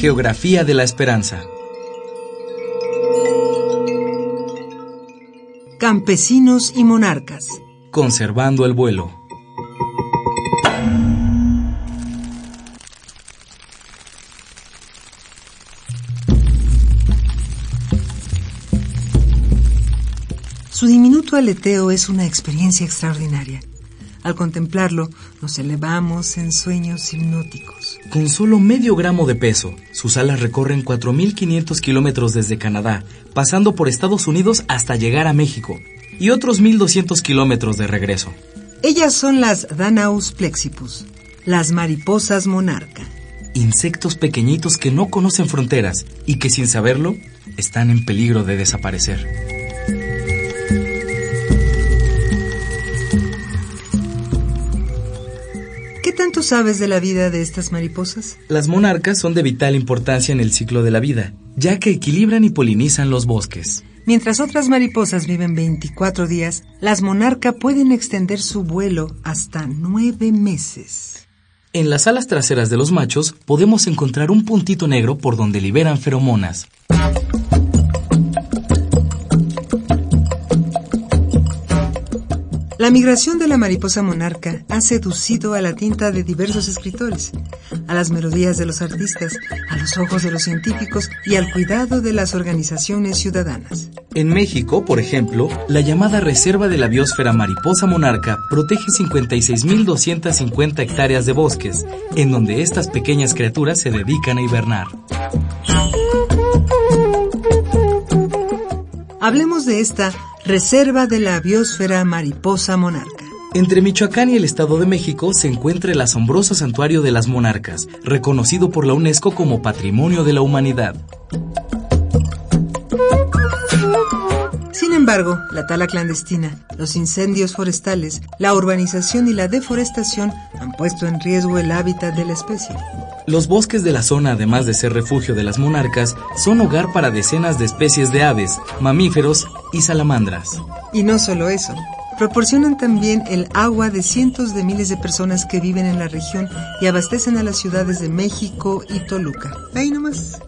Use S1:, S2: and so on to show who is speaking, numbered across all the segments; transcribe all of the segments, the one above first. S1: Geografía de la Esperanza.
S2: Campesinos y monarcas.
S1: Conservando el vuelo.
S2: Su diminuto aleteo es una experiencia extraordinaria. Al contemplarlo, nos elevamos en sueños hipnóticos.
S1: Con solo medio gramo de peso, sus alas recorren 4.500 kilómetros desde Canadá, pasando por Estados Unidos hasta llegar a México, y otros 1.200 kilómetros de regreso.
S2: Ellas son las Danaus plexipus, las mariposas monarca.
S1: Insectos pequeñitos que no conocen fronteras y que sin saberlo están en peligro de desaparecer.
S2: ¿Qué tanto sabes de la vida de estas mariposas?
S1: Las monarcas son de vital importancia en el ciclo de la vida, ya que equilibran y polinizan los bosques.
S2: Mientras otras mariposas viven 24 días, las monarca pueden extender su vuelo hasta nueve meses.
S1: En las alas traseras de los machos podemos encontrar un puntito negro por donde liberan feromonas.
S2: La migración de la mariposa monarca ha seducido a la tinta de diversos escritores, a las melodías de los artistas, a los ojos de los científicos y al cuidado de las organizaciones ciudadanas.
S1: En México, por ejemplo, la llamada Reserva de la Biosfera Mariposa Monarca protege 56.250 hectáreas de bosques, en donde estas pequeñas criaturas se dedican a hibernar.
S2: Hablemos de esta Reserva de la Biosfera Mariposa Monarca.
S1: Entre Michoacán y el Estado de México se encuentra el asombroso Santuario de las Monarcas, reconocido por la UNESCO como Patrimonio de la Humanidad.
S2: Sin embargo, la tala clandestina, los incendios forestales, la urbanización y la deforestación han puesto en riesgo el hábitat de la especie.
S1: Los bosques de la zona, además de ser refugio de las monarcas, son hogar para decenas de especies de aves, mamíferos y salamandras.
S2: Y no solo eso, proporcionan también el agua de cientos de miles de personas que viven en la región y abastecen a las ciudades de México y Toluca. Ahí nomás.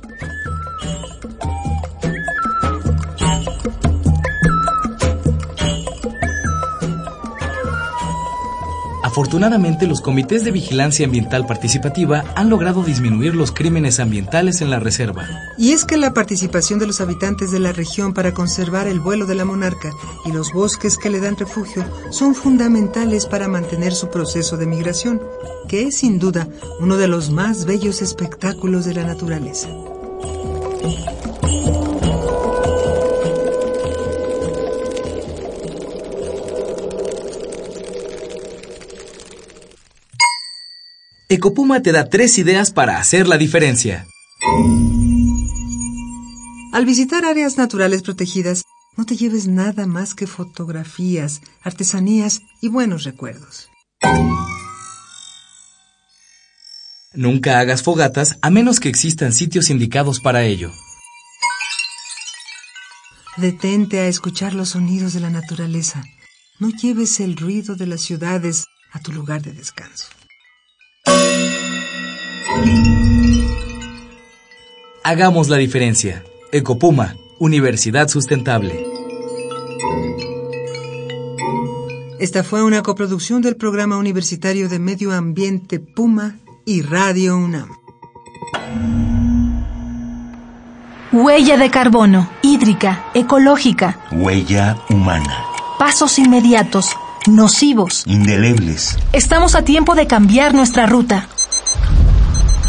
S1: Afortunadamente, los comités de vigilancia ambiental participativa han logrado disminuir los crímenes ambientales en la reserva.
S2: Y es que la participación de los habitantes de la región para conservar el vuelo de la monarca y los bosques que le dan refugio son fundamentales para mantener su proceso de migración, que es sin duda uno de los más bellos espectáculos de la naturaleza.
S1: Ecopuma te da tres ideas para hacer la diferencia.
S2: Al visitar áreas naturales protegidas, no te lleves nada más que fotografías, artesanías y buenos recuerdos.
S1: Nunca hagas fogatas a menos que existan sitios indicados para ello.
S2: Detente a escuchar los sonidos de la naturaleza. No lleves el ruido de las ciudades a tu lugar de descanso.
S1: Hagamos la diferencia. Ecopuma, Universidad Sustentable.
S2: Esta fue una coproducción del Programa Universitario de Medio Ambiente Puma y Radio UNAM.
S3: Huella de carbono, hídrica, ecológica,
S4: Huella humana.
S3: pasos inmediatos, nocivos.
S4: Indelebles.
S3: Estamos a tiempo de cambiar nuestra ruta.